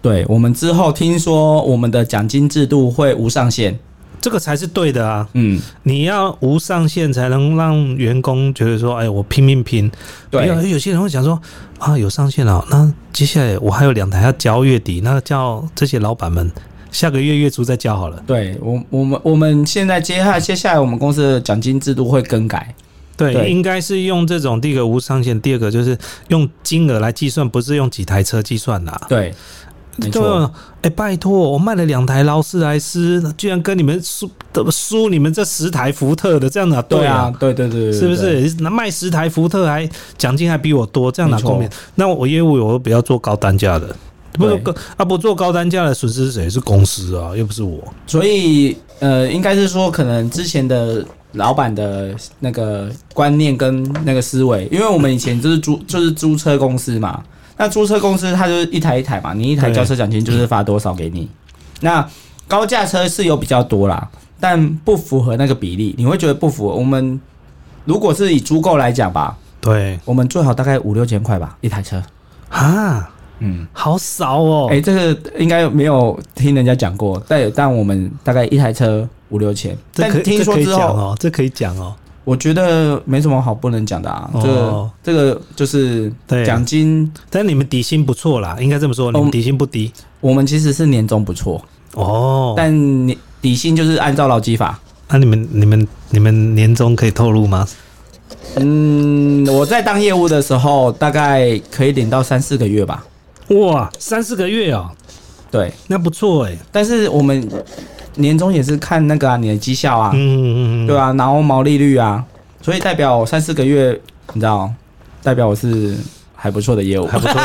对我们之后听说我们的奖金制度会无上限，这个才是对的啊！嗯，你要无上限，才能让员工觉得说：“哎，我拼命拼。”对有有些人会想说：“啊，有上限了、那接下来我还有两台要交月底，那叫这些老板们下个月月初再交好了。对，我我们我们现在接下接下来我们公司的奖金制度会更改，对，对应该是用这种第一个无上限，第二个就是用金额来计算，不是用几台车计算啦、对，没对错，啊，哎、拜托，我卖了两台劳斯莱斯，居然跟你们输都输你们这十台福特的，这样哪对啊啊？，对对对，对是不？对是那卖十台福特还奖金还比我多，这样哪没错公平？那我业务我不要做高单价的，不对高啊不做高单价的损失是谁？是公司啊，又不是我。所以呃，应该是说可能之前的老板的那个观念跟那个思维，因为我们以前就是租 就是租车公司嘛，那租车公司它就是一台一台嘛，你一台对交车奖金就是发多少给你，那高价车是有比较多啦，但不符合那个比例，你会觉得不符合。我们如果是以租购来讲吧，对我们最好大概五六千块吧一台车，啊，嗯。好少哦。哎、这个应该没有听人家讲过，但但我们大概一台车五六千，这可但以听这说可以之讲后，哦，这可以讲哦。我觉得没什么好不能讲的啊。哦这个这个就是对奖金，但你们底薪不错啦，应该这么说，你们嗯底薪不低我们其实是年终不错，哦。但你底薪就是按照劳基法。那、啊你们你们你们年终可以透露吗？嗯，我在当业务的时候，大概可以领到三四个月吧。哇，三四个月哦，对，那不错哎、但是我们年终也是看那个啊，你的绩效啊，嗯嗯嗯，对，啊，然后毛利率啊，所以代表三四个月，你知道，代表我是还不错的业务。还不错。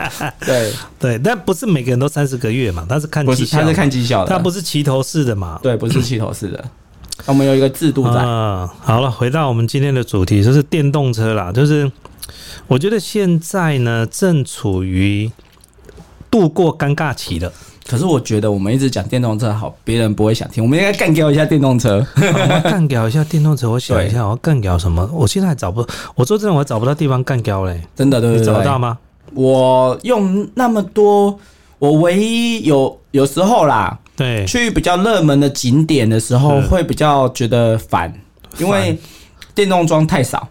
对，对，但不是每个人都三十个月嘛，他是看不绩是，效他嘛，是看绩效的，他不是齐头式的嘛。对，不是系统式的。我们有一个制度在，啊，好了，回到我们今天的主题，就是电动车啦。就是我觉得现在呢，正处于度过尴尬期了。可是我觉得我们一直讲电动车好，别人不会想听，我们应该干掉一下电动车。 我要干掉一下电动车，我想一下，我要干掉什么？我现在还找不，我说真的，我还找不到地方干掉嘞。真的，对不你对？找得到吗？我用那么多，我唯一有有时候啦，对，去比较热门的景点的时候，嗯会比较觉得烦，因为电动桩太少。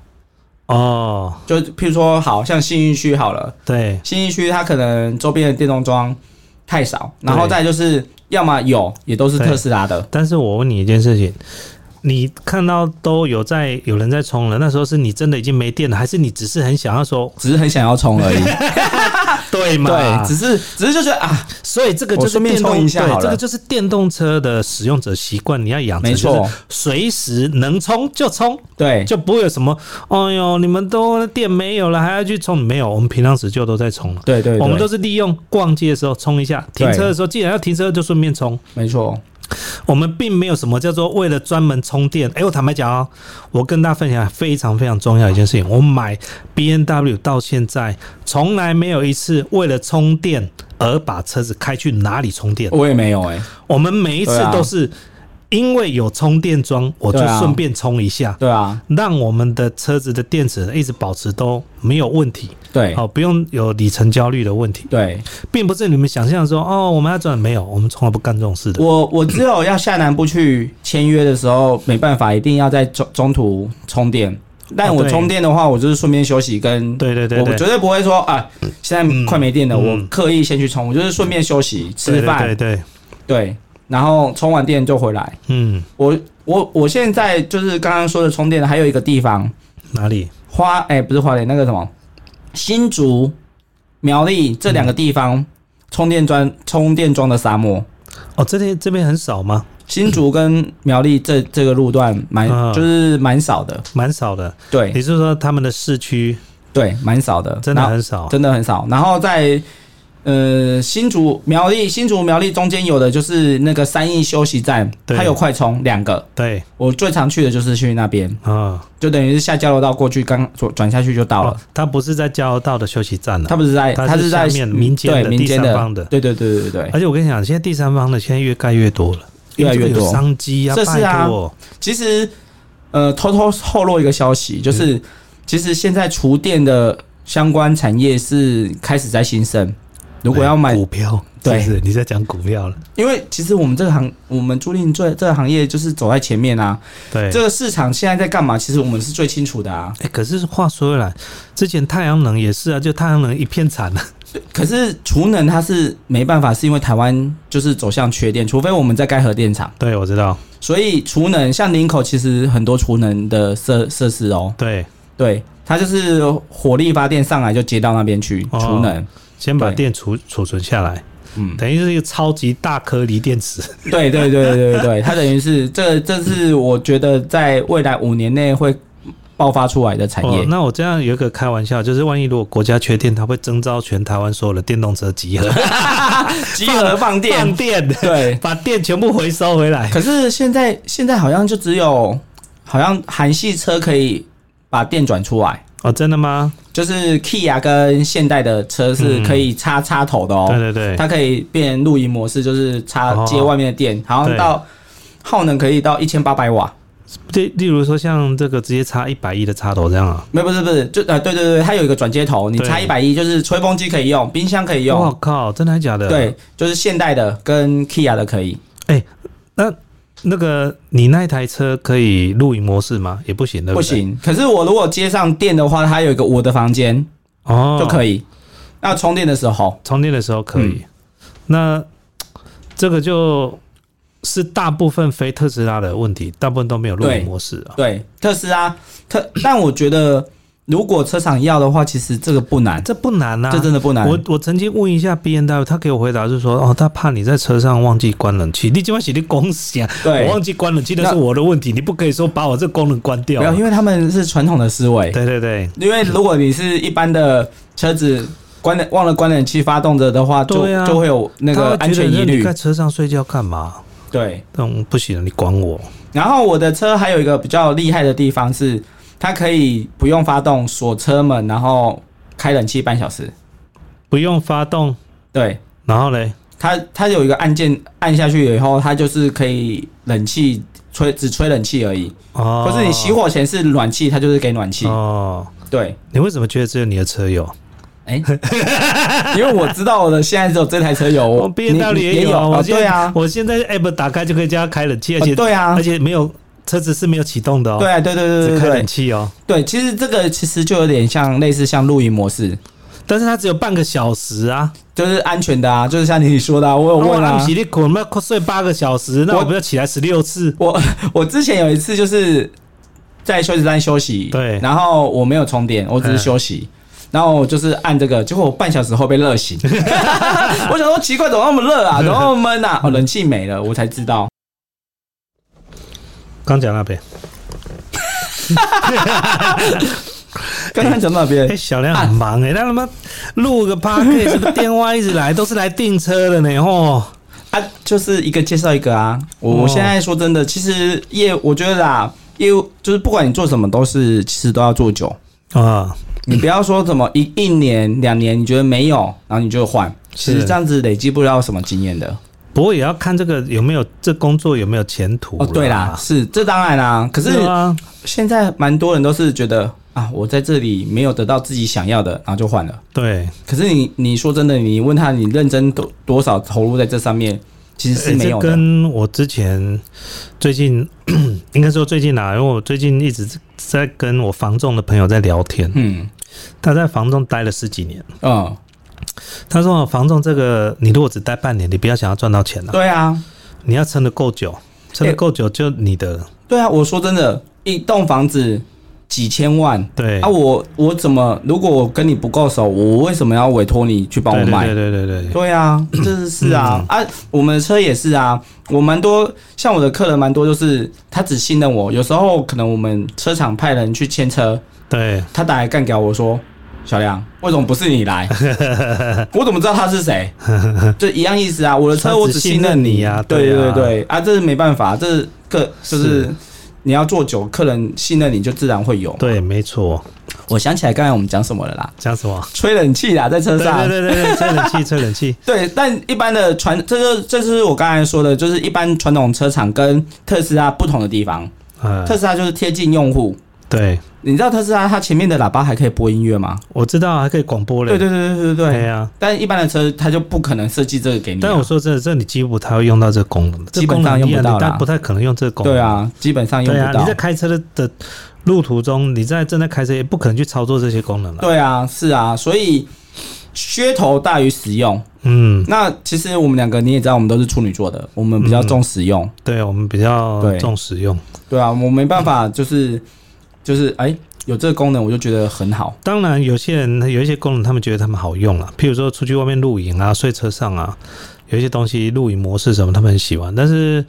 哦，就譬如说，好像信义区好了，对，新一区它可能周边的电动桩太少，然后对再就是要么有，也都是特斯拉的。但是我问你一件事情，你看到都有在有人在充了，那时候是你真的已经没电了，还是你只是很想要说 只是很想要充而已，对嘛？对，只是只是就觉得啊，所以这个就我是顺便电动冲一下好对，了这个就是电动车的使用者习惯，你要养成，没错，随时能充就充，对，就不会有什么，哎呦，你们都电没有了还要去充，没有，我们平常时就都在充了。对对，对我们都是利用逛街的时候充一下，停对车的时候既然要停车就顺便充。没错，我们并没有什么叫做为了专门充电。哎、我坦白讲哦，我跟大家分享非常非常重要的一件事情，我买 B N W 到现在从来没有一次为了充电而把车子开去哪里充电。我也没有哎、我们每一次对啊都是因为有充电桩，我就对啊顺便充一下。对啊，让我们的车子的电池一直保持都没有问题，哦对好、不用有里程焦虑的问题，对，并不是你们想象说哦，我们要转没有，我们从来不干这种事的。我我只有要下南部去签约的时候，没办法，一定要在中中途充电。但哦我对充电的话，我就是顺便休息跟。对对对我对，嗯绝对不会说啊，现在快没电了，我刻意先去充，我就是顺便休息、吃对饭，对对，对，然后充完电就回来。嗯，我我我现在就是刚刚说的充电的，还有一个地方，哪里？花哎、不是花莲那个什么，新竹、苗栗这两个地方、充电桩充电桩的沙漠，哦，这边这边很少吗？新竹跟苗栗这这个路段蛮、嗯就是蛮少的，蛮少的。对你是说他们的市区对，蛮少的，真的然后很少？真的很少。然后在呃新竹苗栗新竹苗栗中间有的就是那个三义休息站，对它有快充两个。对我最常去的就是去那边，啊，就等于是下交流道过去，刚转转下去就到了哦。，它不是在交流道的休息站了、啊它不是在，它是它在下面民间的对民间第三方的哎对对对对对对。而且我跟你讲，现在第三方的现在越盖越多了，越来越多因为这个有商机啊，这是啊拜托其实呃，偷偷透露一个消嗯息，就是、其实现在厨电的相关产业是开始在兴盛。如果要买哎，股票，对是不是你在讲股票了，因为其实我们这个行，我们租赁这这个行业就是走在前面啊。对，这个市场现在在干嘛？其实我们是最清楚的啊。哎、可是话说回来，之前太阳能也是啊，就太阳能一片惨啊。可是储能它是没办法，是因为台湾就是走向缺电，除非我们在盖核电厂。对，我知道，所以储能像林口其实很多储能的设设施哦，对，对，它就是火力发电上来就接到那边去哦储能。先把对电储储存下来，嗯，等于是一个超级大颗锂电池。对对对对 对对，它等于是这这是我觉得在未来五年内会爆发出来的产业。哦，那我这样有一个开玩笑，就是万一如果国家缺电，它会征召全台湾所有的电动车集合集合放放 电，电， 对。把电全部回收回来。 可是现在现在好像就只有好像韩系车可以把电转出来，哦，真的吗？就是 Kia 跟现代的车是可以插插头的哦，对对嗯对，它可以变露营模式，就是插哦接外面的电，好像对到耗能可以到一千八百瓦。例例如说像这个直接插一百亿的插头这样啊，没有，不是不是，就呃，对对对，它有一个转接头，你对插一百一，就是吹风机可以用，冰箱可以我用，靠，真的还假的？，对，就是现代的跟 Kia 的可以，那那个你那一台车可以露营模式吗？也不行，对不对？行。可是我如果接上电的话，它有一个我的房间哦，就可以，那充电的时候，充电的时候可以。嗯那这个就是大部分非特斯拉的问题，大部分都没有露对营模式啊。对，特斯拉特，但我觉得如果车厂要的话，其实这个不难，这不难啊，这真的不难。我我曾经问一下 B N W，他给我回答是说，哦，他怕你在车上忘记关冷气，你今晚写的公司啊，对我忘记关冷气，那是我的问题，你不可以说把我这功能关掉没啊。有，因为他们是传统的思维，对对对，因为如果你是一般的车子。关了忘了关冷气发动着的话，就、对啊就会有那个他安会觉得全疑你虑在。车上睡觉干嘛？对，嗯，不行，你管我。然后我的车还有一个比较厉害的地方是，它可以不用发动锁车门，然后开冷气半小时。不用发动，对，然后嘞，它它有一个按键按下去以后，它就是可以冷气吹只吹冷气而已。哦，可是你熄火前是暖气，它就是给暖气。哦，对，你为什么觉得只有你的车有？ 哎、因为我知道我的现在只有这台车有，我我哦毕业道理哦你你也有啊，哦我现对在啊，我现在 app 打开就可以叫它开冷气，而且、哦对啊而，且没有车子是没有启动的哦，对啊，对对对只对开冷对气哦，对，其实这个其实就有点像类似像露营模式，但是它只有半个小时啊，就是安全的啊，就是像你说的啊，我有问啊啊我洗力滚，那睡八个小时，那我我不要起来十六次？我我之前有一次就是在休息站休息，对然后我没有充电，我只是休息，然后我就是按这个，结果我半小时后被热 醒，我想说奇怪，怎么那么热啊，怎么那么闷啊？哦，冷气没了，我才知道。刚讲那边，刚刚讲到哪哎、边？小亮很忙啊哎、他他妈录个 p a r k 什么电话一直来，都是来订车的呢吼。啊，就是一个介绍一个啊。我哎哦我现在说真的，其实业我觉得啦，业务就是不管你做什么，都是其实都要做久。啊，你不要说什么一一年两年，你觉得没有，然后你就换，其实是这样子累积不了什么经验的。不过也要看这个有没有这工作有没有前途哦，对啦，，是这当然啦。可可是啊，现在蛮多人都是觉得啊，我在这里没有得到自己想要的，然后就换了。对，可是你你说真的，你问他你认真多多少投入在这上面，其实是欸没有这的。跟我之前最近 应该说最近啊，因为我最近一直在跟我房仲的朋友在聊天，嗯他在房仲待了十几年，嗯，他说房仲这个你如果只待半年，你不要想要赚到钱了、对啊你要撑得够久，撑得够久就你的、对啊，我说真的，一栋房子几千万。对啊我，我怎么？如果我跟你不够熟，我为什么要委托你去帮我对卖？对对对对对，对 啊，这是是啊、啊，我们的车也是啊，我蛮多像我的客人蛮多，就是他只信任我，有时候可能我们车厂派人去签车，对他打来干掉我说。小亮，为什么不是你 来？我怎么知道他是谁？就一样意思啊！我的车我只信任他只你信任你啊对对对啊对啊，这是没办法，这是客就是是你要做久，客人信任你就自然会有。对，没错，我想起来刚才我们讲什么了啦，讲什 么？吹冷气啦，在车对上。对对对对，吹冷气，吹冷气，对，但一般的传，这就这是我刚才说的，就是一般传统车厂跟特斯拉不同的地方。 嗯，特斯拉就是贴近用户，对，你知道特斯拉它前面的喇叭还可以播音乐吗？我知道还可以广播嘞，对对对对对对。对啊。但一般的车它就不可能设计这个给你、但我啊。说真的，这你几乎不太会用到这个功能，这基本上功能一样用不到啦你但不太可能用这个功能。对，啊，基本上用对啊，不到你在。开车的的路途中，你在正在开车，也不可能去操作这些功能了。对啊，是啊，所以噱头大于实用。嗯，那其实我们两个你也知道，我们都是处女座的，我们比较重实用。对，我们比较对重使用。对啊，我没办法，就是就是哎、有这个功能我就觉得很好。当然，有些人有一些功能，他们觉得他们好用了，譬如说出去外面露营啊、睡车上啊，有一些东西露营模式什么，他们很喜欢。但是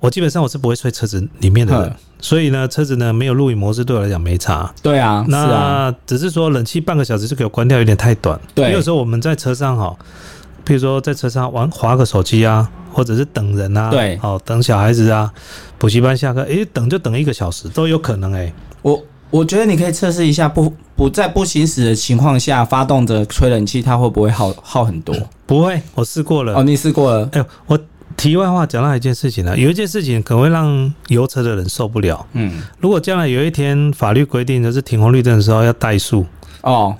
我基本上我是不会睡车子里面的人嗯，所以呢，车子呢没有露营模式对我来讲没差。对啊，是啊。那只是说冷气半个小时就给我关掉，有点太短。对因为有时候我们在车上哈，譬如说在车上玩划个手机啊，或者是等人啊，对哦等小孩子啊，补习班下课，诶、等就等一个小时都有可能诶、我我觉得你可以测试一下不，不在不行驶的情况下发动着吹冷气，它会不会耗耗很多？不会，我试过了。哦，你试过了，哎呦，我题外话讲到一件事情啊，有一件事情可能会让油车的人受不了。嗯，如果将来有一天法律规定，就是停红绿灯的时候要怠速， 哦，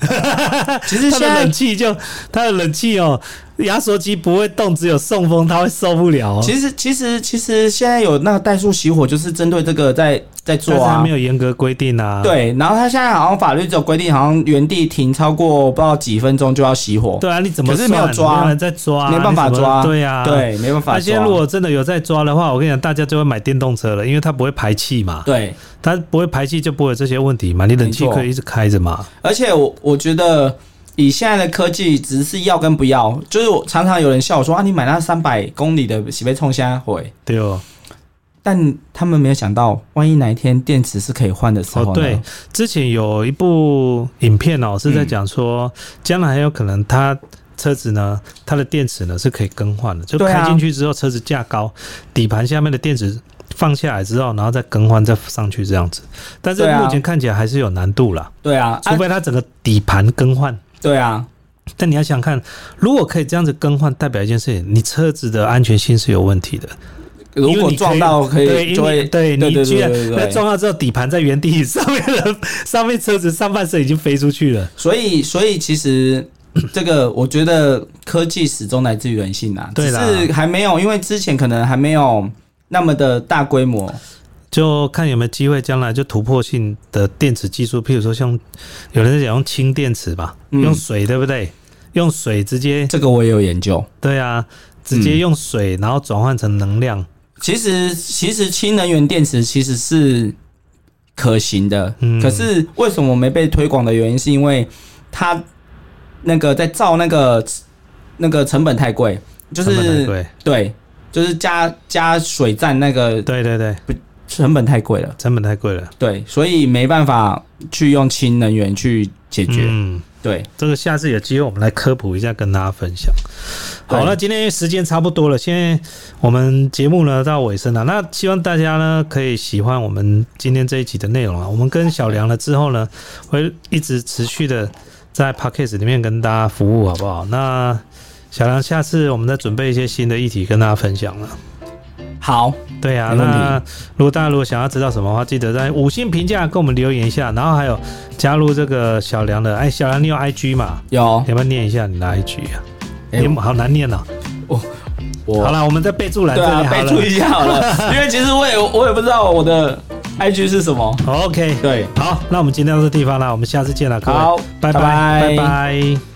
其实它现的在冷气就它的冷气哦，压缩机不会动，只有送风，它会受不了、哦。其实其实其实现在有那个怠速熄火，就是针对这个在在但做是它啊没。有严格规定啊。对，然后它现在好像法律只有规定，好像原地停超过不知道几分钟就要熄火。对啊，你怎么可是没有算抓没有人在抓，没办法你怎么抓对啊，。对，没办法而且抓。如果真的有在抓的话，我跟你讲，大家就会买电动车了，因为它不会排气嘛，对，它不会排气就不会有这些问题嘛，你冷气没错可以一直开着嘛。而且我我觉得以现在的科技，只是要跟不要，就是我常常有人笑我说啊，你买那三百公里的洗被冲虾回，对哦，但他们没有想到，万一哪一天电池是可以换的时候呢？哦对之前有一部影片哦，是在讲说，将来很有可能它车子呢，它的电池呢是可以更换的，就对啊开进去之后，车子架高，底盘下面的电池放下来之后，然后再更换再上去这样子。但是对啊目前看起来还是有难度啦，对啊，除啊非它整个底盘更换。对啊，但你要想看，如果可以这样子更换，代表一件事情，你车子的安全性是有问题的。如因为果你撞到可对，因为以就会你对对你对居然对对那对撞到之后，底盘在原地， 上面的上面车子上半身已经飞出去了。所以所以其实这个我觉得科技始终来自于人性啊，对只啦是还没有，因为之前可能还没有那么的大规模，就看有没有机会将来就突破性的电池技术，譬如说像有人在讲用氢电池吧，嗯用水对不对？用水直接这个我也有研究。对啊，直接用水、然后转换成能量，其实，其实氢能源电池其实是可行的，嗯可是为什么没被推广的原因，是因为它那个在造那个那个成本太贵，就成本是太贵对，就是加加水站那个对对对，成本太贵了，成本太贵了。对，所以没办法去用氢能源去解决。嗯，对，这个下次有机会我们来科普一下，跟大家分享。好，对那今天时间差不多了，现在我们节目呢到尾声了，那希望大家呢可以喜欢我们今天这一集的内容啊。我们跟小梁了之后呢，会一直持续的在 p a c k a g e 里面跟大家服务，好不好？那小梁，下次我们再准备一些新的议题跟大家分享了。好，对啊，没问题那如果大家如果想要知道什么的话，记得在五星评价跟我们留言一下，然后还有加入这个小梁的，哎，小梁你有 IG 嘛？有你要不要念一下你的 IG 啊？哦哎你好难念哦。我好啦，我们在备注栏这里对好啊，了。备注一下好了，因为其实我也我也不知道我的 IG 是什么。 OK，对，好，那我们今天到这地方啦，我们下次见了，各位，好拜拜拜拜拜拜